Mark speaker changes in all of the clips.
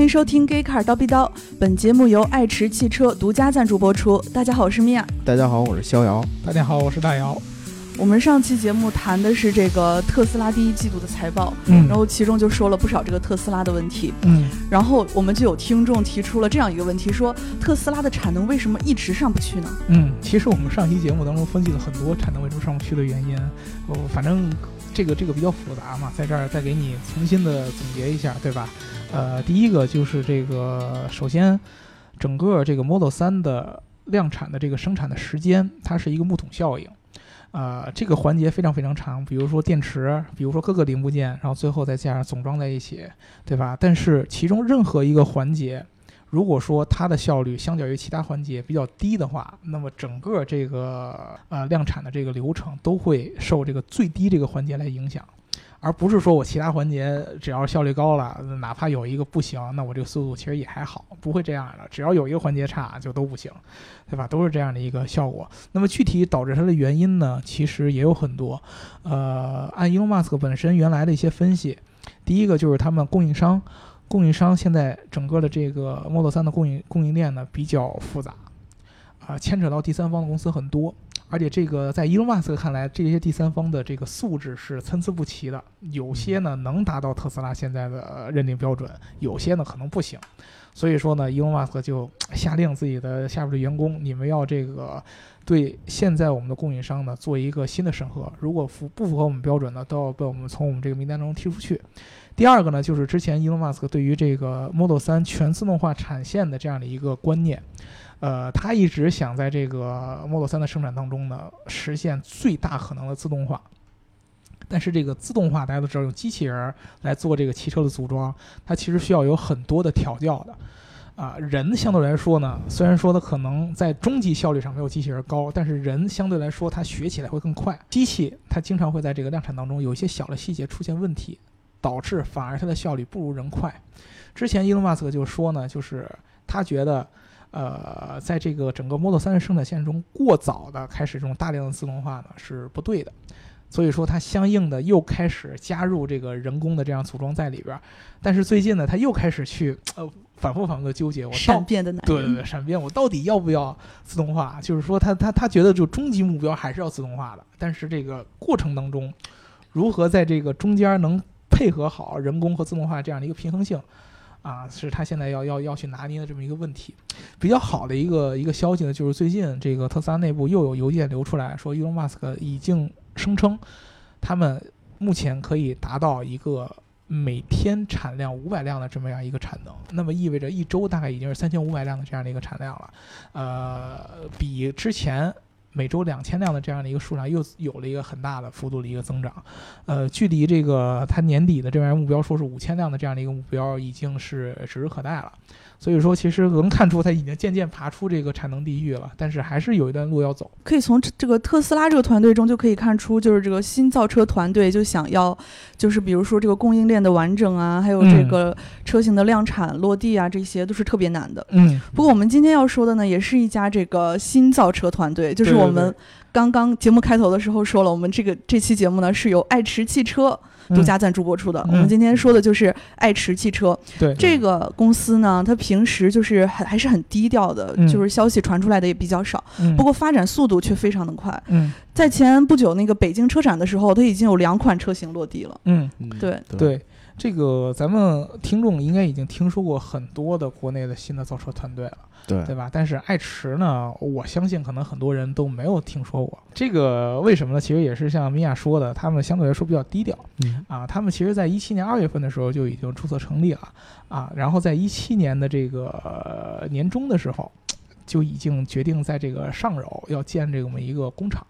Speaker 1: 迎收听《Gay Car 刀逼刀》，本节目由爱驰汽车独家赞助播出。大家好，我是米娅。
Speaker 2: 大家好，我是逍遥。
Speaker 3: 大家好，我是大姚。
Speaker 1: 我们上期节目谈的是这个特斯拉第一季度的财报，
Speaker 3: 嗯
Speaker 1: 然后其中就说了不少这个特斯拉的问题。
Speaker 3: 嗯，
Speaker 1: 然后我们就有听众提出了这样一个问题，说特斯拉的产能为什么一直上不去呢？
Speaker 3: 嗯，其实我们上期节目当中分析了很多产能为什么上不去的原因，我、反正这个这个比较复杂嘛，在这儿再给你重新的总结一下，对吧？呃，第一个就是这个，首先整个这个 Model 3的量产的这个生产的时间，它是一个木桶效应。呃，这个环节非常非常长，比如说电池，比如说各个零部件，然后最后再加上总装在一起，对吧？但是其中任何一个环节，如果说它的效率相较于其他环节比较低的话，那么整个这个呃量产的这个流程都会受这个最低这个环节来影响，而不是说我其他环节只要效率高了，哪怕有一个不行，那我这个速度其实也还好，不会这样的。只要有一个环节差就都不行，对吧？都是这样的一个效果。那么具体导致它的原因呢，其实也有很多。呃，按 Elon Musk 本身原来的一些分析，第一个就是他们供应商。供应商现在整个的这个 Model 3的供应供应链呢比较复杂，啊、牵扯到第三方的公司很多，而且这个在 Elon Musk 看来，这些第三方的这个素质是参差不齐的，有些呢能达到特斯拉现在的呃认定标准，有些呢可能不行。所以说呢，Elon Musk 就下令自己的下边的员工，你们要这个对现在我们的供应商呢做一个新的审核，如果符不符合我们标准呢，都要被我们从我们这个名单中踢出去。第二个呢，就是之前 Elon Musk 对于这个 Model 3全自动化产线的这样的一个观念，呃，他一直想在这个 Model 3的生产当中呢，实现最大可能的自动化。但是这个自动化，大家都知道，用机器人儿来做这个汽车的组装，它其实需要有很多的调教的。啊、人相对来说呢，虽然说它可能在终极效率上没有机器人高，但是人相对来说它学起来会更快。机器它经常会在这个量产当中有一些小的细节出现问题，导致反而它的效率不如人快。之前伊隆马斯克就说呢，就是他觉得，呃，在这个整个 Model 3的生产线中，过早的开始这种大量的自动化呢是不对的。所以说，它相应的又开始加入这个人工的这样组装在里边儿，但是最近呢，他又开始去呃反复反复的纠结，我到
Speaker 1: 善变的男人，
Speaker 3: 对对对，闪边我到底要不要自动化？就是说他他他觉得就终极目标还是要自动化的，但是这个过程当中，如何在这个中间能配合好人工和自动化这样的一个平衡性，啊，是他现在要要要去拿捏的这么一个问题。比较好的一个一个消息呢，就是最近这个特斯拉内部又有邮件流出来说，Elon Musk 已经声称他们目前可以达到一个每天产量五百辆的这么样一个产能，那么意味着一周大概已经是三千五百辆的这样的一个产量了，呃，比之前每周两千辆的这样的一个数量又有了一个很大的幅度的一个增长，呃，距离这个它年底的这样目标说是五千辆的这样的一个目标已经是指日可待了，所以说其实能看出它已经渐渐爬出这个产能地狱了，但是还是有一段路要走。
Speaker 1: 可以从这这个特斯拉这个团队中就可以看出，就是这个新造车团队就想要，就是比如说这个供应链的完整啊，还有这
Speaker 3: 嗯
Speaker 1: 个车型的量产、落地啊，这些都是特别难的。
Speaker 3: 嗯，
Speaker 1: 不过我们今天要说的呢，也是一家这个新造车团队，就是
Speaker 3: 对对
Speaker 1: 我们刚刚节目开头的时候说了，我们这个这期节目呢是由爱驰汽车独家赞助播出的。
Speaker 3: 嗯
Speaker 1: 我们今天说的就是爱驰汽车、
Speaker 3: 对
Speaker 1: 这个公司呢，它平时就是还还是很低调的，
Speaker 3: 嗯
Speaker 1: 就是消息传出来的也比较少，不
Speaker 3: 过
Speaker 1: 过发展速度却非常的快。
Speaker 3: 嗯
Speaker 1: 在前不久那个北京车展的时候，它已经有两款车型落地 了。
Speaker 3: 嗯。
Speaker 2: 嗯
Speaker 1: 对
Speaker 3: 对，这个咱们听众应该已经听说过很多的国内的新的造车团队了，
Speaker 2: 对
Speaker 3: 对吧？但是爱驰呢，我相信可能很多人都没有听说过。这个为什么呢？其实也是像米娅说的，他们相对来说比较低调
Speaker 2: 嗯
Speaker 3: 啊。他们其实在一七年二月份的时候就已经注册成立了啊，然后在一七年的这个、呃年中的时候，就已经决定在这个上饶要建这么一个工厂。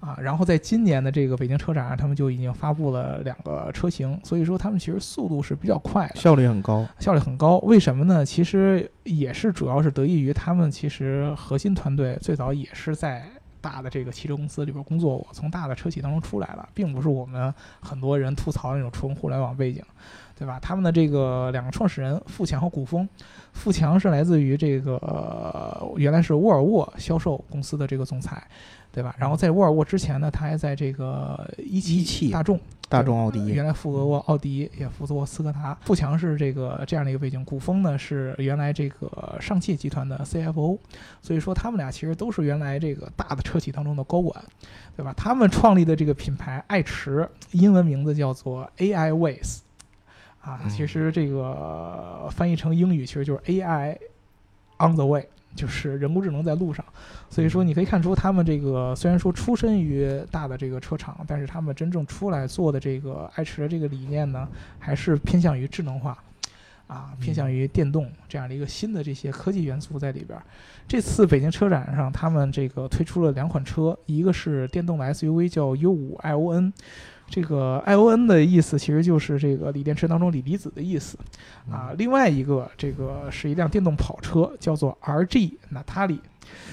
Speaker 3: 啊，然后在今年的这个北京车展上，他们就已经发布了两个车型，所以说他们其实速度是比较快的，
Speaker 2: 效率很高。
Speaker 3: 效率很高。为什么呢？其实也是主要是得益于他们其实核心团队最早也是在大的这个汽车公司里边工作过，从大的车企当中出来了，并不是我们很多人吐槽的那种纯互联网背景。对吧？他们的这个两个创始人富强和古风，富强是来自于这个、呃原来是沃尔沃销售公司的这个总裁，对吧？然后在沃尔沃之前呢，他还在这个一汽
Speaker 2: 一汽
Speaker 3: 大众
Speaker 2: 大众奥迪
Speaker 3: 嗯
Speaker 2: 嗯
Speaker 3: 原来负责过奥迪，也负责过斯柯达。富强是这个这样的一个背景，古风呢是原来这个上汽集团的 CFO，所以说他们俩其实都是原来这个大的车企当中的高管，对吧？他们创立的这个品牌爱驰，英文名字叫做 AI Ways，啊，
Speaker 2: 嗯
Speaker 3: 其实这个翻译成英语其实就是 AI on the way。就是人工智能在路上，所以说你可以看出他们这个虽然说出身于大的这个车厂，但是他们真正出来做的这个爱驰的这个理念呢，还是偏向于智能化，啊，偏向于电动这样的一个新的这些科技元素在里边儿。这次北京车展上，他们这个推出了两款车，一个是电动的 SUV 叫 U 5 ION。这个 ION 的意思其实就是这个锂电池当中锂离子的意思，
Speaker 2: 嗯
Speaker 3: 啊，另外一个这个是一辆电动跑车，叫做 RG 娜塔莉，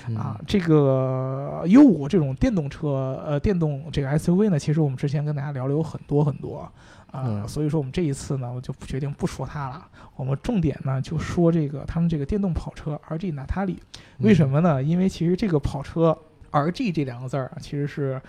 Speaker 2: 嗯
Speaker 3: 啊，，这个 U 五这种电动车，呃，电动这个 SUV 呢，其实我们之前跟大家聊了有很多很多，啊、
Speaker 2: 嗯
Speaker 3: 所以说我们这一次呢，我就决定不说它了，我们重点呢就说这个他们这个电动跑车 RG 娜塔莉，为什
Speaker 2: 么？
Speaker 3: 么呢？因为其实这个跑车 RG 这两个字儿啊，其实是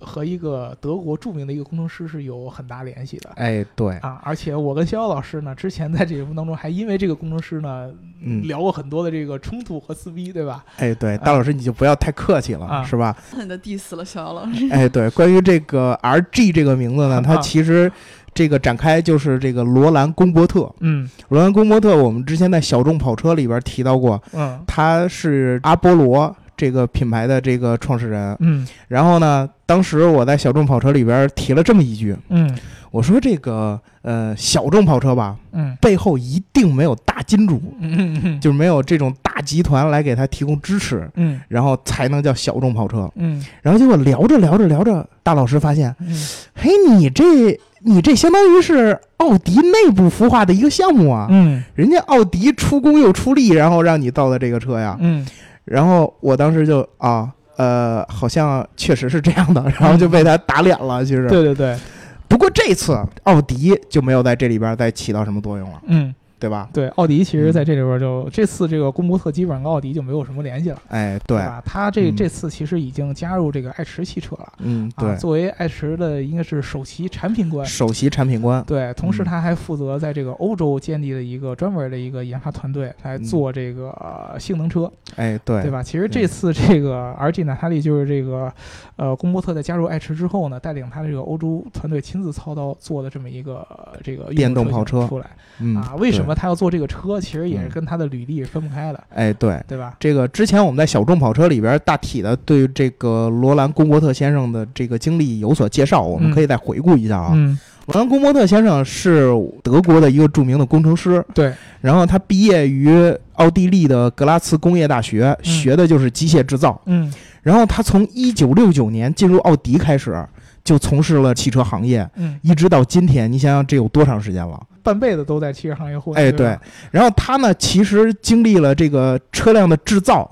Speaker 3: 和一个德国著名的一个工程师是有很大联系的。
Speaker 2: 哎，对，
Speaker 3: 啊，而且我跟逍遥老师呢，之前在这节目当中还因为这个工程师呢
Speaker 2: 嗯，
Speaker 3: 聊过很多的这个冲突和撕逼，对吧？
Speaker 2: 哎，对，大老师你就不要太客气了，
Speaker 3: 啊
Speaker 2: 是 吧？
Speaker 1: 狠的 diss 了逍遥老师。
Speaker 2: 哎，对，关于这个 RG 这个名字呢，它
Speaker 3: 啊
Speaker 2: 其实这个展开就是这个罗兰公伯特。
Speaker 3: 嗯
Speaker 2: 罗兰公伯特，我们之前在小众跑车里边提到过，
Speaker 3: 嗯
Speaker 2: 他是阿波罗这个品牌的这个创始人。
Speaker 3: 嗯
Speaker 2: 然后呢，当时我在小众跑车里边提了这么一句，
Speaker 3: 嗯
Speaker 2: 我说这个呃小众跑车吧，
Speaker 3: 嗯
Speaker 2: 背后一定没有大金主，
Speaker 3: 嗯
Speaker 2: 就是没有这种大集团来给他提供支持，
Speaker 3: 嗯
Speaker 2: 然后才能叫小众跑车。
Speaker 3: 嗯
Speaker 2: 然后结果聊着聊着聊着，大老师发现，
Speaker 3: 嗯，
Speaker 2: 嘿，你这你这相当于是奥迪内部孵化的一个项目啊，
Speaker 3: 嗯
Speaker 2: 人家奥迪出工又出力，然后让你造的这个车呀。
Speaker 3: 嗯
Speaker 2: 然后我当时就啊。呃，好像确实是这样的，然后就被他打脸了。其实，
Speaker 3: 嗯对对对，
Speaker 2: 不过这次奥迪就没有在这里边再起到什么作用了，
Speaker 3: 嗯
Speaker 2: 对吧？
Speaker 3: 对，奥迪其实
Speaker 2: 嗯
Speaker 3: 在这里边儿就这次这个公伯特基本上跟奥迪就没有什么联系了，
Speaker 2: 哎，对，
Speaker 3: 吧？他这
Speaker 2: 嗯
Speaker 3: 这次其实已经加入这个爱驰汽车了，
Speaker 2: 嗯，
Speaker 3: 啊，
Speaker 2: 对，
Speaker 3: 作为爱驰的应该是首席产品官，
Speaker 2: 首席产品官，
Speaker 3: 对，同
Speaker 2: 嗯
Speaker 3: 时他还负责在这个欧洲建立了一个专门的一个研发团队来
Speaker 2: 嗯
Speaker 3: 做这个、呃性能车，
Speaker 2: 哎，对，
Speaker 3: 对吧？其实
Speaker 2: 对
Speaker 3: 这次这个 RG 娜塔莉就是这个呃宫波特在加入爱驰之后呢，带领他这个欧洲团队亲自操刀做的这么一个呃这个
Speaker 2: 电动跑
Speaker 3: 车
Speaker 2: 车
Speaker 3: 出来、
Speaker 2: 嗯，
Speaker 3: 啊。为什
Speaker 2: 对？
Speaker 3: 么他要做这个车？其实也是
Speaker 2: 嗯
Speaker 3: 跟他的履历是分不开的，
Speaker 2: 哎，对，
Speaker 3: 对吧？
Speaker 2: 这个之前我们在小众跑车里边大体的对这个罗兰·龚伯特先生的这个经历有所介绍，我们
Speaker 3: 嗯
Speaker 2: 可以再回顾一下啊。
Speaker 3: 嗯，
Speaker 2: 罗兰·龚伯特先生是德国的一个著名的工程师，
Speaker 3: 对，
Speaker 2: 然后他毕业于奥地利的格拉茨工业大学，学的就是机械制造。
Speaker 3: 嗯
Speaker 2: 然后他从1969年进入奥迪开始，就从事了汽车行业，
Speaker 3: 嗯，
Speaker 2: 一直到今天，你想想这有多长时间了？
Speaker 3: 半辈子都在汽车行业混，
Speaker 2: 哎
Speaker 3: 对吧，
Speaker 2: 然后他呢，其实经历了这个车辆的制造，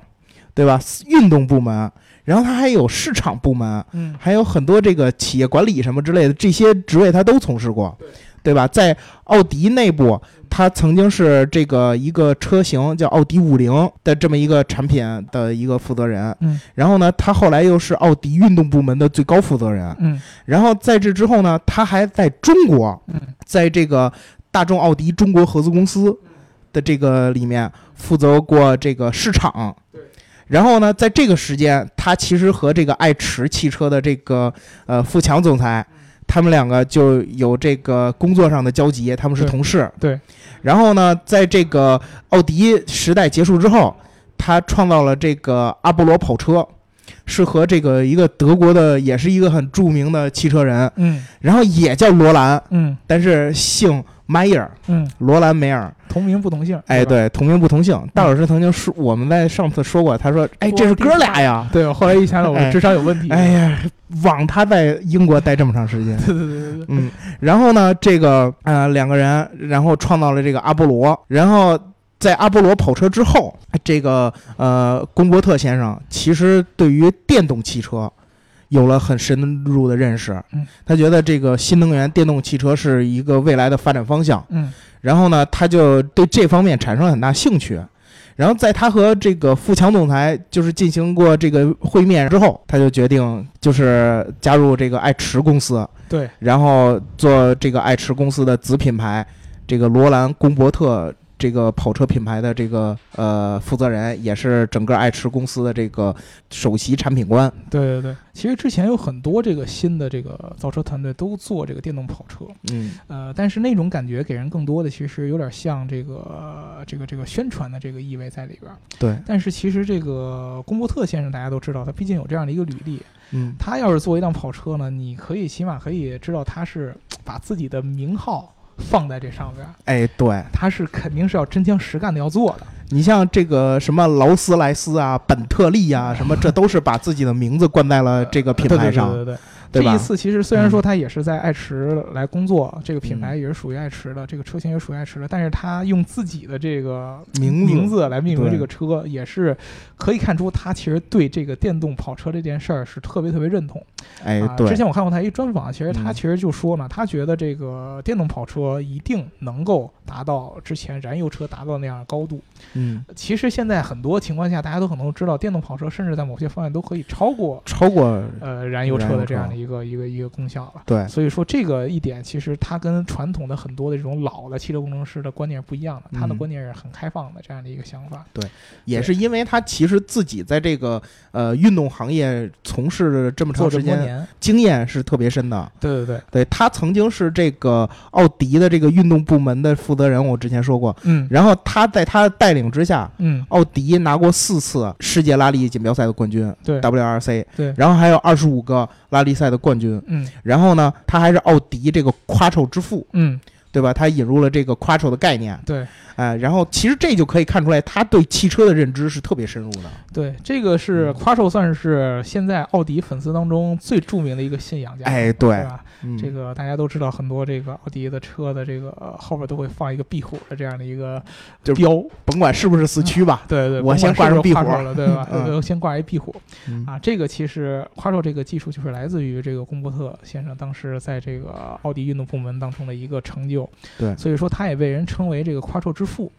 Speaker 2: 对吧？运动部门，然后他还有市场部门，
Speaker 3: 嗯
Speaker 2: 还有很多这个企业管理什么之类的这些职位，他都从事过，对吧？在奥迪内部，他曾经是这个一个车型叫奥迪五零的这么一个产品的一个负责人，
Speaker 3: 嗯
Speaker 2: 然后呢，他后来又是奥迪运动部门的最高负责人，
Speaker 3: 嗯
Speaker 2: 然后在这之后呢，他还在中国
Speaker 3: 嗯，
Speaker 2: 在这个大众奥迪中国合资公司的这个里面负责过这个市场。然后呢，在这个时间，他其实和这个爱驰汽车的这个呃富强总裁，
Speaker 3: 嗯
Speaker 2: 他们两个就有这个工作上的交集，他们是
Speaker 3: 对
Speaker 2: 同事。
Speaker 3: 对
Speaker 2: 然后呢，在这个奥迪时代结束之后，他创造了这个阿波罗跑车，是和这个一个德国的，也是一个很著名的汽车人，
Speaker 3: 嗯
Speaker 2: 然后也叫罗兰，
Speaker 3: 嗯
Speaker 2: 但是姓迈尔，
Speaker 3: 嗯，
Speaker 2: 罗兰梅尔。
Speaker 3: 同名不同姓，
Speaker 2: 哎，
Speaker 3: 对吧。
Speaker 2: 对，
Speaker 3: 嗯
Speaker 2: 同名不同姓。大老师曾经说，我们在上次说过，他说，哎，这是哥俩呀。
Speaker 3: 对，我后来一想，我
Speaker 2: 哎
Speaker 3: 智商有问题。
Speaker 2: 哎呀，枉他在英国待这么长时间。
Speaker 3: 对对对 对对，
Speaker 2: 嗯，然后呢，这个呃两个人，然后创造了这个阿波罗，然后在阿波罗跑车之后，哎这个呃龚伯特先生其实对于电动汽车有了很深入的认识
Speaker 3: 嗯。
Speaker 2: 他觉得这个新能源电动汽车是一个未来的发展方向，
Speaker 3: 嗯
Speaker 2: 然后呢，他就对这方面产生了很大兴趣。然后在他和这个富强总裁就是进行过这个会面之后，他就决定就是加入这个爱驰公司，
Speaker 3: 对，
Speaker 2: 然后做这个爱驰公司的子品牌这个罗兰公伯特这个跑车品牌的这个呃负责人，也是整个爱驰公司的这个首席产品官。
Speaker 3: 对对对，其实之前有很多这个新的这个造车团队都做这个电动跑车，
Speaker 2: 嗯
Speaker 3: 呃，但是那种感觉给人更多的其实有点像这个这个这个宣传的这个意味在里边儿。
Speaker 2: 对，
Speaker 3: 但是其实这个宫伯特先生大家都知道，他毕竟有这样的一个履历，
Speaker 2: 嗯
Speaker 3: 他要是做一辆跑车呢，你可以起码可以知道他是把自己的名号放在这上边儿，
Speaker 2: 哎，对
Speaker 3: 他是肯定是要真枪实干的要做的。
Speaker 2: 你像这个什么劳斯莱斯啊、本特利啊，什么这都是把自己的名字冠在了这个品牌上，
Speaker 3: 啊对对对对对
Speaker 2: 对
Speaker 3: 这一
Speaker 2: 吧？嗯
Speaker 3: 次其实虽然说他也是在爱驰来工作，这个品牌也是属于爱驰的，这个车型也属于爱驰的，但是他用自己的这个
Speaker 2: 名字
Speaker 3: 名字来命名
Speaker 2: 对
Speaker 3: 这个车，也是可以看出他其实对这个电动跑车这件事儿是特别特别认同。
Speaker 2: 哎，
Speaker 3: 啊，
Speaker 2: 对
Speaker 3: 之，前我看过他一专访，其实他
Speaker 2: 嗯
Speaker 3: 其实就说嘛，他觉得这个电动跑车一定能够达到之前燃油车达到那样的高度。
Speaker 2: 嗯，
Speaker 3: 其实现在很多情况下，大家都可能知道，电动跑车甚至在某些方面都可以超过
Speaker 2: 超过
Speaker 3: 呃燃油车
Speaker 2: 燃
Speaker 3: 的
Speaker 2: 油
Speaker 3: 这样的
Speaker 2: 车
Speaker 3: 一个一个一个功效了。
Speaker 2: 对，
Speaker 3: 所以说这个一点，其实它跟传统的很多的这种老的汽车工程师的观念不一样的，他的
Speaker 2: 嗯
Speaker 3: 观念是很开放的这样的一个想法。
Speaker 2: 也是因为他其实自己在这个呃运动行业从事这么
Speaker 3: 做
Speaker 2: 长
Speaker 3: 这
Speaker 2: 时
Speaker 3: 么多
Speaker 2: 间，
Speaker 3: 年，
Speaker 2: 经验是特别深的。
Speaker 3: 对对对，
Speaker 2: 对他曾经是这个奥迪的这个运动部门的负责人，我之前说过。
Speaker 3: 嗯
Speaker 2: 然后他在他的带领之下，
Speaker 3: 嗯，
Speaker 2: 奥迪拿过四次世界拉力锦标赛的冠军
Speaker 3: 对，
Speaker 2: WRC，
Speaker 3: 对
Speaker 2: 然后还有二十五个拉力赛的冠军。
Speaker 3: 嗯
Speaker 2: 然后呢，他还是奥迪这个 Quattro 之父，
Speaker 3: 嗯
Speaker 2: 对吧？他引入了这个 Quattro 的概念，
Speaker 3: 对。
Speaker 2: 哎、然后其实这就可以看出来，他对汽车的认知是特别深入的。
Speaker 3: 对，这个是
Speaker 2: 嗯
Speaker 3: Quattro 算是现在奥迪粉丝当中最著名的一个信仰家。
Speaker 2: 哎，
Speaker 3: 对
Speaker 2: 对，
Speaker 3: 吧？
Speaker 2: 嗯
Speaker 3: 这个大家都知道，很多这个奥迪的车的这个呃后边都会放一个壁虎的这样的一个
Speaker 2: 就
Speaker 3: 标，
Speaker 2: 甭管是不是四驱吧，
Speaker 3: 对对，
Speaker 2: 我先挂
Speaker 3: 挂
Speaker 2: 上壁虎
Speaker 3: 了，对吧？
Speaker 2: 嗯
Speaker 3: 对先挂一壁虎
Speaker 2: 嗯
Speaker 3: 啊。这个其实 Quattro 这个技术就是来自于这个宫伯特先生当时在这个奥迪运动部门当中的一个成就，
Speaker 2: 对嗯
Speaker 3: 所以说他也被人称为这个 Quattro 之父。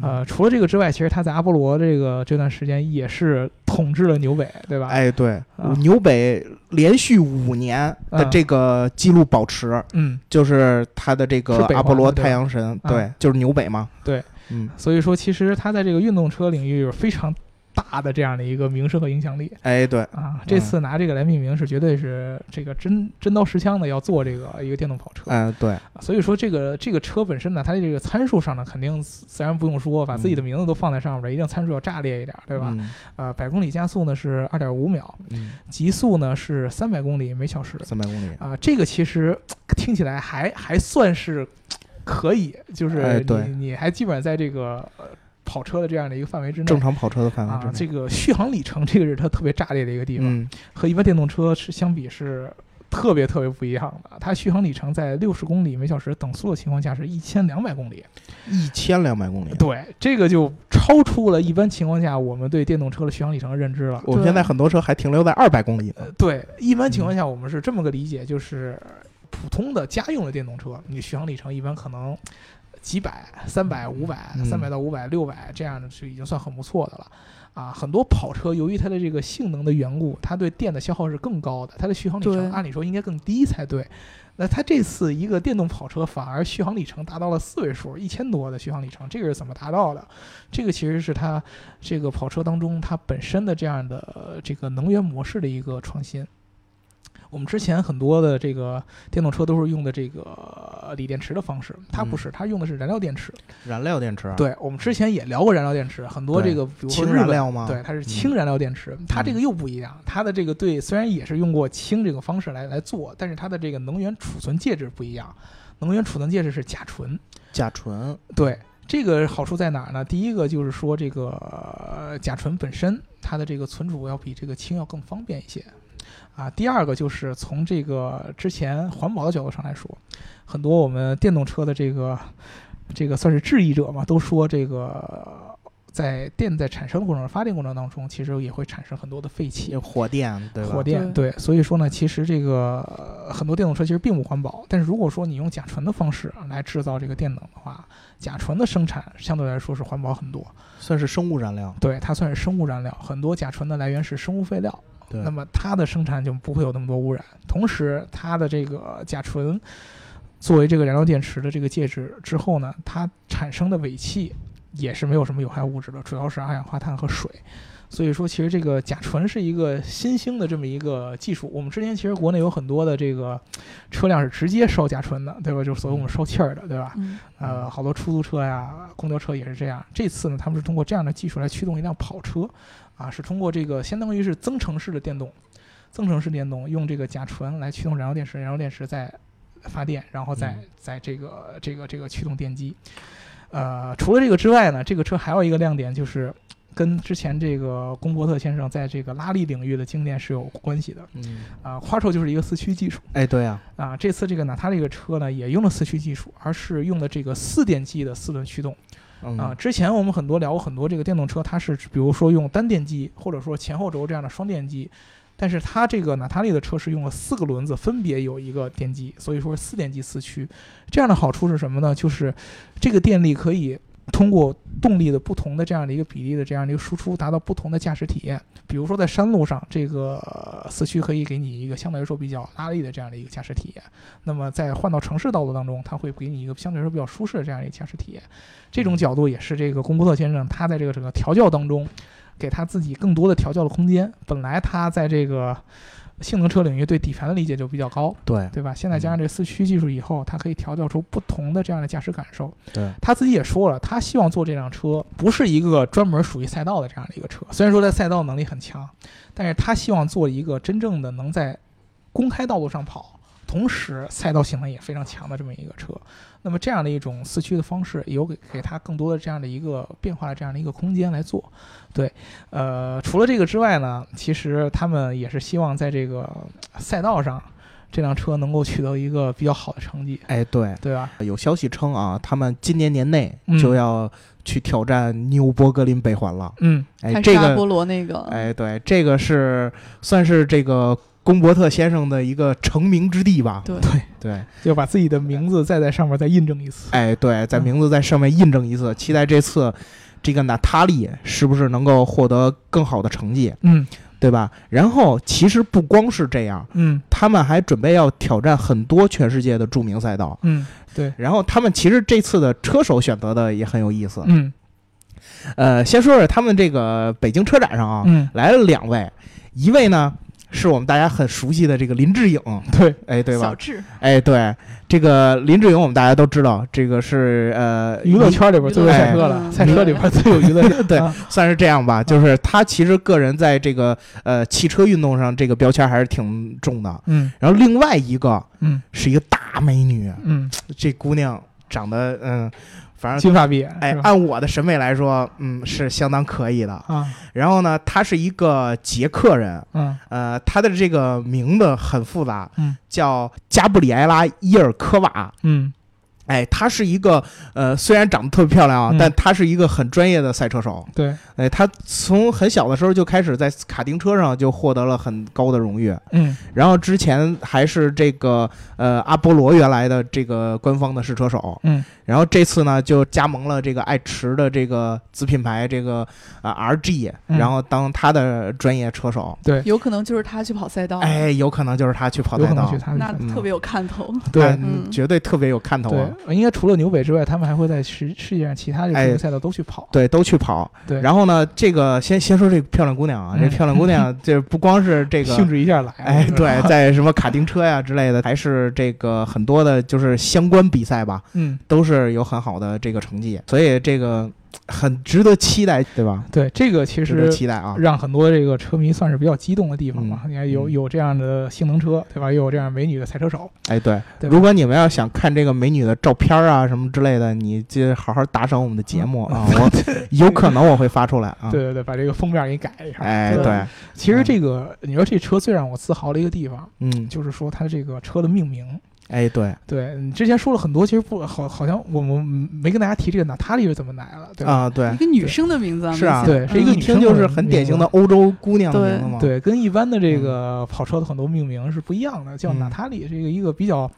Speaker 3: 呃，除了这个之外，其实他在阿波罗这个这段时间也是统治了纽北，对吧？
Speaker 2: 哎，对
Speaker 3: 啊，
Speaker 2: 纽北连续五年的这个记录保持，
Speaker 3: 嗯，
Speaker 2: 就是他的这
Speaker 3: 是
Speaker 2: 个
Speaker 3: 北
Speaker 2: 阿波罗
Speaker 3: 环的对吧
Speaker 2: 太阳神，
Speaker 3: 啊
Speaker 2: 对，就是纽北嘛，
Speaker 3: 对，
Speaker 2: 嗯，
Speaker 3: 所以说其实他在这个运动车领域有非常大的这样的一个名声和影响力
Speaker 2: 哎，对，
Speaker 3: 啊。这次拿这个来命名是绝对是这个真真刀实枪的要做这个一个电动跑车，
Speaker 2: 哎，对，
Speaker 3: 所以说这个这个车本身呢，它的这个参数上呢，肯定自自然不用说，把自己的名字都放在上面了，一定参数要炸裂一点，对吧？
Speaker 2: 嗯？
Speaker 3: 呃，百公里加速呢是二点五秒，
Speaker 2: 嗯，
Speaker 3: 极速呢是三百公里每小时，
Speaker 2: 三百公里，
Speaker 3: 啊、这个其实听起来还还算是可以，就是你、
Speaker 2: 哎对
Speaker 3: 你还基本上在这个、呃、跑车的这样的一个范围之内。
Speaker 2: 正常跑车的范围之
Speaker 3: 啊
Speaker 2: 内，，
Speaker 3: 这个续航里程这个是它特别炸裂的一个地方，
Speaker 2: 嗯，
Speaker 3: 和一般电动车是相比是特别特别不一样的。它续航里程在六十公里每小时等速的情况下是一千两百公里，
Speaker 2: 一千两百公里，
Speaker 3: 对，这个就超出了一般情况下我们对电动车的续航里程的认知了。
Speaker 2: 我们
Speaker 1: 对
Speaker 2: 现在很多车还停留在二百公里呢。
Speaker 3: 对，一般情况下我们是这么个理解，就是普通的家用的电动车，你续航里程一般可能几百、三百、五百、
Speaker 2: 嗯
Speaker 3: 三百到五百、六百这样的是已经算很不错的了。啊，很多跑车由于它的这个性能的缘故，它对电的消耗是更高的，它的续航里
Speaker 1: 对
Speaker 3: 程按理说应该更低才对。那它这次一个电动跑车反而续航里程达到了四位数，一千多的续航里程，这个是怎么达到的？这个其实是它这个跑车当中它本身的这样的呃这个能源模式的一个创新。我们之前很多的这个电动车都是用的这个呃锂电池的方式，它
Speaker 2: 嗯
Speaker 3: 不是，它用的是燃料电池。
Speaker 2: 燃料电池，，
Speaker 3: 对，我们之前也聊过燃料电池，很多
Speaker 2: 对
Speaker 3: 这个比如说
Speaker 2: 氢
Speaker 3: 日
Speaker 2: 燃
Speaker 3: 本
Speaker 2: 料吗？啊嗯
Speaker 3: 对，，它是氢燃料电池，它这个又不一样。它的这个对，虽然也是用过氢这个方式来来做，但是它的这个能源储存介质不一样，能源储存介质是甲醇。
Speaker 2: 甲醇，
Speaker 3: 对，这个好处在哪儿呢？第一个就是说，这个、呃甲醇本身它的这个存储要比这个氢要更方便一些。啊，第二个就是从这个之前环保的角度上来说，很多我们电动车的这个这个算是质疑者嘛，都说这个在电在产生的过程中、发电过程当中，其实也会产生很多的废气
Speaker 2: 有。火电对吧？
Speaker 3: 火电对，所以说呢，其实这个、呃很多电动车其实并不环保。但是如果说你用甲醇的方式来制造这个电能的话，甲醇的生产相对来说是环保很多。
Speaker 2: 算是生物燃料。
Speaker 3: 对，它算是生物燃料，很多甲醇的来源是生物废料。
Speaker 2: 对
Speaker 3: 那么它的生产就不会有那么多污染。同时，它的这个甲醇作为这个燃料电池的这个介质之后呢，它产生的尾气也是没有什么有害物质的，主要是二氧化碳和水。所以说，其实这个甲醇是一个新兴的这么一个技术。我们之前其实国内有很多的这个车辆是直接烧甲醇的，对吧？就是所谓我们烧气儿的，对吧？
Speaker 1: 嗯
Speaker 3: 呃，好多出租车呀、公交车也是这样。这次呢，他们是通过这样的技术来驱动一辆跑车，啊，是通过这个相当于是增程式的电动，增程式电动用这个甲醇来驱动燃料电池，燃料电池再发电，然后再
Speaker 2: 嗯
Speaker 3: 再这个这个这个驱动电机。呃，除了这个之外呢，这个车还有一个亮点就是。跟之前这个龚伯特先生在这个拉力领域的经验是有关系的
Speaker 2: 嗯，
Speaker 3: 啊，花臭就是一个四驱技术，
Speaker 2: 哎，对啊，
Speaker 3: 啊，这次这个纳塔这个车呢，也用了四驱技术，而是用的这个四电机的四轮驱动
Speaker 2: 嗯
Speaker 3: 啊。之前我们很多聊过很多这个电动车，它是比如说用单电机，或者说前后轴这样的双电机，但是它这个纳塔利的车是用了四个轮子，分别有一个电机，所以说是四电机四驱。这样的好处是什么呢？就是这个电力可以。通过动力的不同的这样的一个比例的这样的一个输出，达到不同的驾驶体验。比如说在山路上，这个呃四驱可以给你一个相对来说比较拉力的这样的一个驾驶体验。那么在换到城市道路当中，它会给你一个相对来说比较舒适的这样一个驾驶体验。这种角度也是这个龚伯特先生他在这个整个调教当中，给他自己更多的调教的空间。本来他在这个性能车领域对底盘的理解就比较高，
Speaker 2: 对
Speaker 3: 对吧？现在加上这四驱技术以后，它可以调教出不同的这样的驾驶感受。
Speaker 2: 对，
Speaker 3: 他自己也说了，他希望做这辆车不是一个专门属于赛道的这样的一个车。虽然说在赛道能力很强，但是他希望做一个真正的能在公开道路上跑，同时赛道性能也非常强的这么一个车。那么这样的一种四驱的方式，有给给他更多的这样的一个变化的这样的一个空间来做。对，呃，除了这个之外呢，其实他们也是希望在这个赛道上，这辆车能够取得一个比较好的成绩，
Speaker 2: 哎，对，
Speaker 3: 对吧？
Speaker 2: 有消息称啊，他们今年年内
Speaker 3: 嗯
Speaker 2: 就要去挑战纽博格林北环了。
Speaker 3: 嗯，
Speaker 2: 哎，
Speaker 1: 看
Speaker 2: 这
Speaker 1: 沙
Speaker 2: 个
Speaker 1: 波罗那个，
Speaker 2: 哎，对，这个是算是这个龚伯特先生的一个成名之地吧？
Speaker 1: 对
Speaker 3: 对。
Speaker 2: 对，
Speaker 3: 就把自己的名字再在上面再印证一次。
Speaker 2: 哎，对，在
Speaker 3: 嗯
Speaker 2: 名字在上面印证一次，期待这次这个娜塔莉是不是能够获得更好的成绩，
Speaker 3: 嗯
Speaker 2: 对吧？然后其实不光是这样，
Speaker 3: 嗯
Speaker 2: 他们还准备要挑战很多全世界的著名赛道。
Speaker 3: 嗯
Speaker 2: 然后他们其实这次的车手选择的也很有意思，
Speaker 3: 嗯
Speaker 2: 呃，先说说他们这个北京车展上啊，
Speaker 3: 嗯，
Speaker 2: 来了两位，一位呢是我们大家很熟悉的这个林志颖，
Speaker 3: 对，
Speaker 2: 哎，对
Speaker 1: 小
Speaker 2: 吧？
Speaker 1: 智，
Speaker 2: 哎，对，这个林志颖我们大家都知道，这个是呃
Speaker 3: 娱乐圈里边最会赛车了，
Speaker 1: 哎
Speaker 3: 赛车里边最有娱乐圈。
Speaker 2: 啊 对
Speaker 3: 啊，
Speaker 2: 算是这样吧，就是他其实个人在这个呃汽车运动上这个标签还是挺重的。
Speaker 3: 嗯
Speaker 2: 然后另外一个
Speaker 3: 嗯
Speaker 2: 是一个大美女，
Speaker 3: 嗯，
Speaker 2: 这姑娘长得嗯，反正
Speaker 3: 金发碧眼，
Speaker 2: 哎
Speaker 3: 是，吧
Speaker 2: 按我的审美来说，嗯，是相当可以的。
Speaker 3: 啊
Speaker 2: 然后呢，她是一个捷克人，
Speaker 3: 嗯
Speaker 2: 呃，她的这个名字很复杂，
Speaker 3: 嗯
Speaker 2: 叫加布里埃拉·伊尔科瓦。
Speaker 3: 嗯
Speaker 2: 哎，她是一个呃，虽然长得特别漂亮啊，
Speaker 3: 嗯
Speaker 2: 但她是一个很专业的赛车手。
Speaker 3: 对，
Speaker 2: 哎，他从很小的时候就开始在卡丁车上就获得了很高的荣誉，
Speaker 3: 嗯
Speaker 2: 然后之前还是这个呃阿波罗原来的这个官方的试车手，
Speaker 3: 嗯
Speaker 2: 然后这次呢就加盟了这个爱驰的这个子品牌这个呃 RG，
Speaker 3: 嗯
Speaker 2: 然后当他的专业车手，
Speaker 3: 对，
Speaker 1: 有可能就是他去跑赛道，
Speaker 2: 哎，有可能就是他去跑
Speaker 3: 哦有
Speaker 2: 赛
Speaker 3: 可能
Speaker 2: 道
Speaker 3: 去，他
Speaker 1: 那
Speaker 3: 们
Speaker 1: 特别有看头。
Speaker 2: 哎
Speaker 3: 对。
Speaker 1: 嗯
Speaker 2: 绝对特别有看头啊，
Speaker 3: 对，呃应该除了纽北之外，他们还会在世世界上其他这个
Speaker 2: 哎
Speaker 3: 著名赛道都去跑。
Speaker 2: 对，都去跑。
Speaker 3: 对，
Speaker 2: 然后呢，这个先先说这个漂亮姑娘啊，这
Speaker 3: 嗯
Speaker 2: 漂亮姑 娘就是不光是这个
Speaker 3: 兴致一下来了。
Speaker 2: 哎，
Speaker 3: 是吧
Speaker 2: 对，，在什么卡丁车呀之类的，还是这个很多的，就是相关比赛吧，
Speaker 3: 嗯，
Speaker 2: 都是有很好的这个成绩，所以这个很值得期待，对吧？
Speaker 3: 对，这个其
Speaker 2: 值得
Speaker 3: 实
Speaker 2: 期待啊！
Speaker 3: 让很多这个车迷算是比较激动的地方吧。
Speaker 2: 嗯
Speaker 3: 你看，有有这样的性能车，对吧？又有这样美女的赛车手，
Speaker 2: 哎，对，
Speaker 3: 对吧
Speaker 2: 如果你们要想看这个美女的照片啊什么之类的，你就好好打赏我们的节目啊，我 有可能我会发出来啊。
Speaker 3: 嗯对对对，把这个封面给改一下。
Speaker 2: 哎，
Speaker 1: 对
Speaker 2: 对，
Speaker 3: 其实这个你说这车最让我自豪的一个地方，
Speaker 2: 嗯，
Speaker 3: 就是说它这个车的命名，
Speaker 2: 哎，对
Speaker 3: 对，你之前说了很多，其实不好，好像我们没跟大家提这个娜塔莉是怎么来了，对吧？
Speaker 2: 啊，对
Speaker 4: 一，个女生的名字啊，
Speaker 2: 是啊，
Speaker 4: 明显
Speaker 3: 对是
Speaker 2: 这
Speaker 3: 一个
Speaker 2: 一
Speaker 3: 女
Speaker 2: 听
Speaker 3: 嗯生
Speaker 2: 就是
Speaker 3: 的
Speaker 2: 很
Speaker 3: 名
Speaker 2: 典型
Speaker 3: 字
Speaker 2: 的欧洲姑娘的
Speaker 1: 对
Speaker 2: 名字嘛。
Speaker 3: 对，跟一般的这个跑车的很多命名是不一样的，叫
Speaker 2: 嗯
Speaker 3: 娜塔莉是一个一个比较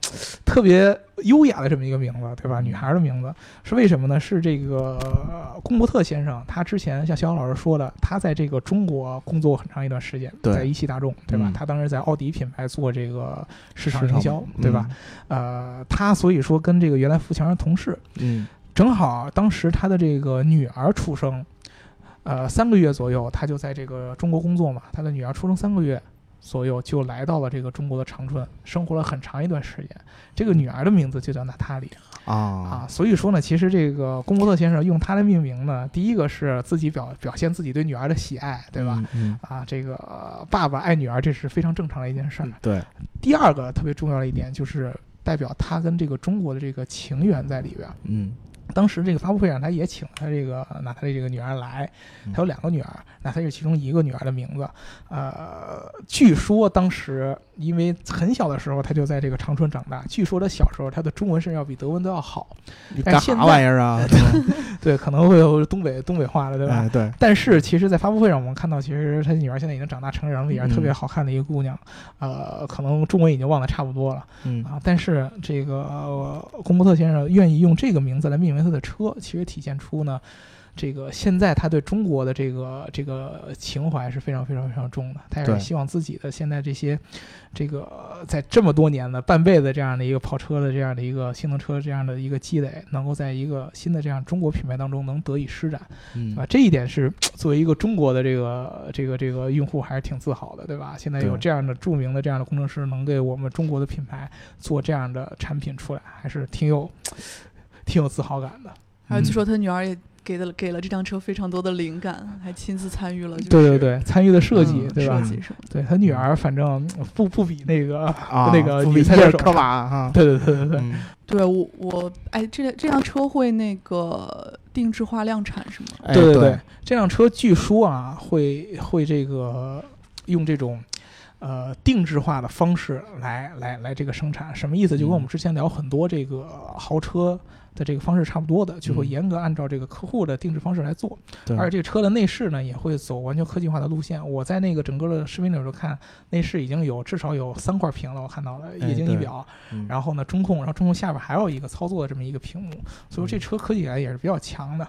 Speaker 3: 特别优雅的这么一个名字，
Speaker 2: 嗯
Speaker 3: 对吧？女孩的名字是为什么呢？是这个呃龚伯特先生，他之前像肖老师说的，他在这个中国工作很长一段时间，
Speaker 2: 对
Speaker 3: 在一汽大众，对吧？
Speaker 2: 嗯
Speaker 3: 他当时在奥迪品牌做这个市场
Speaker 2: 市
Speaker 3: 营
Speaker 2: 场嗯
Speaker 3: 销，对吧？？呃，他所以说跟这个原来付强是同事，
Speaker 2: 嗯，
Speaker 3: 正好当时他的这个女儿出生，呃，三个月左右，他就在这个中国工作嘛。他的女儿出生三个月左右，就来到了这个中国的长春，生活了很长一段时间。这个女儿的名字就叫娜塔莉
Speaker 2: 嗯
Speaker 3: 啊
Speaker 2: 啊，。
Speaker 3: 所以说呢，其实这个龚伯特先生用她来命名呢，第一个是自己表表现自己对女儿的喜爱，对吧？
Speaker 2: 嗯？嗯，
Speaker 3: 啊，这个、呃爸爸爱女儿，这是非常正常的一件事儿。
Speaker 2: 对，
Speaker 3: 第二个特别重要的一点就是代表他跟这个中国的这个情缘在里边儿。
Speaker 2: 嗯
Speaker 3: 当时这个发布会上，他也请了他这个娜塔莉这个女儿来
Speaker 2: 嗯，
Speaker 3: 他有两个女儿，娜塔莉是其中一个女儿的名字。呃，据说当时因为很小的时候他就在这个长春长大，据说他小时候他的中文甚至要比德文都要好，
Speaker 2: 你
Speaker 3: 但
Speaker 2: 干
Speaker 3: 现
Speaker 2: 啥
Speaker 3: 在
Speaker 2: 玩意儿啊？
Speaker 3: 对，可能会有东北东北话了，对吧？啊
Speaker 2: 哎，对，
Speaker 3: 但是其实，在发布会上我们看到，其实他女儿现在已经长大成人了，也是特别好看的一个姑娘。呃，可能中文已经忘得差不多了。
Speaker 2: 嗯
Speaker 3: 啊，但是这个呃龚伯特先生愿意用这个名字来命名他的车，其实体现出呢，这个现在他对中国的这个这个情怀是非常非常非常重的。他也
Speaker 2: 对
Speaker 3: 是希望自己的现在这些这个呃在这么多年的半辈子这样的一个跑车的这样的一个性能车这样的一个积累，能够在一个新的这样中国品牌当中能得以施展。
Speaker 2: 嗯
Speaker 3: 啊，这一点是作为一个中国的这个这个这个用户还是挺自豪的，对吧？现在有
Speaker 2: 对
Speaker 3: 这样的著名的这样的工程师，能给我们中国的品牌做这样的产品出来，还是挺有 挺有自豪感的。
Speaker 1: 还有据说他女儿也给了给了这辆车非常多的灵感，还亲自参与了、就是，
Speaker 3: 对对对，参与的设计，
Speaker 1: 嗯
Speaker 3: 对吧
Speaker 1: 设？计什么的。
Speaker 3: 对他女儿，反正嗯不不比那个，
Speaker 2: 啊，
Speaker 3: 那个
Speaker 2: 布
Speaker 3: 女
Speaker 2: 比
Speaker 3: 赛
Speaker 2: 耶
Speaker 3: 车
Speaker 2: 尔
Speaker 3: 手
Speaker 2: 科瓦哈，
Speaker 3: 对对对对对，
Speaker 2: 嗯
Speaker 1: 对我我哎，这这辆车会那个定制化量产是吗？
Speaker 2: 哎
Speaker 3: 对
Speaker 2: 对
Speaker 3: 对，，这辆车据说啊，会会这个用这种呃定制化的方式来来来这个生产，什么意思？就跟我
Speaker 2: 嗯
Speaker 3: 们之前聊很多这个豪车的这个方式差不多的，就会
Speaker 2: 嗯
Speaker 3: 严格按照这个客户的定制方式来做。
Speaker 2: 对
Speaker 3: 而且这个车的内饰呢，也会走完全科技化的路线。我在那个整个的视频里头看，内饰已经有至少有三块屏了，我看到了
Speaker 2: 哎
Speaker 3: 液晶仪
Speaker 2: 对
Speaker 3: 表，
Speaker 2: 嗯
Speaker 3: 然后呢中控，然后中控下边还有一个操作的这么一个屏幕，所以说这车科技感也是比较强的。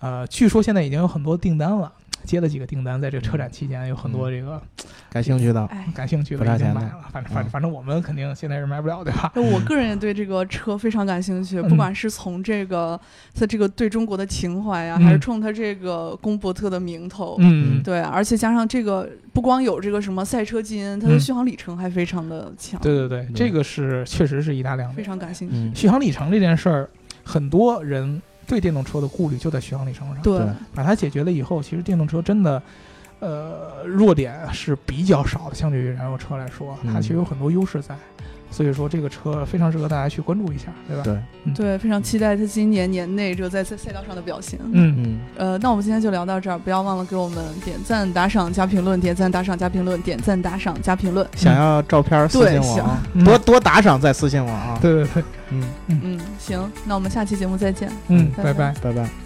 Speaker 3: 呃，据说现在已经有很多订单了，接了几个订单，在这个车展期间有很多这个
Speaker 2: 感兴趣的，
Speaker 1: 哎，
Speaker 3: 感兴趣的
Speaker 2: 不差
Speaker 3: 已经
Speaker 2: 钱
Speaker 3: 买
Speaker 2: 的
Speaker 3: 了，反正反正
Speaker 2: 嗯
Speaker 3: 反正我们肯定现在是买不了，对吧？
Speaker 1: 那我个人也对这个车非常感兴趣，
Speaker 3: 嗯
Speaker 1: 不管是从这个它这个对中国的情怀呀、
Speaker 3: 嗯
Speaker 1: 还是冲它这个龚伯特的名头。
Speaker 3: 嗯，
Speaker 1: 对，而且加上这个，不光有这个什么赛车基因，它的
Speaker 3: 嗯
Speaker 1: 续航里程还非常的强，
Speaker 3: 对对对，这个是确实是一大亮点
Speaker 1: 非。常感兴趣。
Speaker 2: 嗯，
Speaker 3: 续航里程这件事儿，很多人对电动车的顾虑就在续航里程上。
Speaker 1: 对
Speaker 2: 对
Speaker 3: 把它解决了以后，其实电动车真的，呃，弱点是比较少的，相对于燃油车来说，它
Speaker 2: 嗯
Speaker 3: 其实有很多优势在。所以说这个车非常适合大家去关注一下，对吧？
Speaker 2: 对，
Speaker 1: 对，非常期待它今年年内这个在赛赛道上的表现。
Speaker 3: 嗯，
Speaker 2: 嗯，
Speaker 1: 呃，那我们今天就聊到这儿，不要忘了给我们点赞、打赏、加评论，点赞、打赏、加评论，点赞、打赏、加评论。
Speaker 2: 想要照片儿私
Speaker 1: 对
Speaker 2: 信我啊，
Speaker 3: 嗯
Speaker 2: 多多打赏再私信我啊，
Speaker 3: 对对对，
Speaker 2: 嗯，
Speaker 1: 嗯，行，那我们下期节目再见。
Speaker 3: 嗯，
Speaker 1: 拜
Speaker 3: 拜
Speaker 1: 拜
Speaker 3: 拜。
Speaker 2: 拜拜。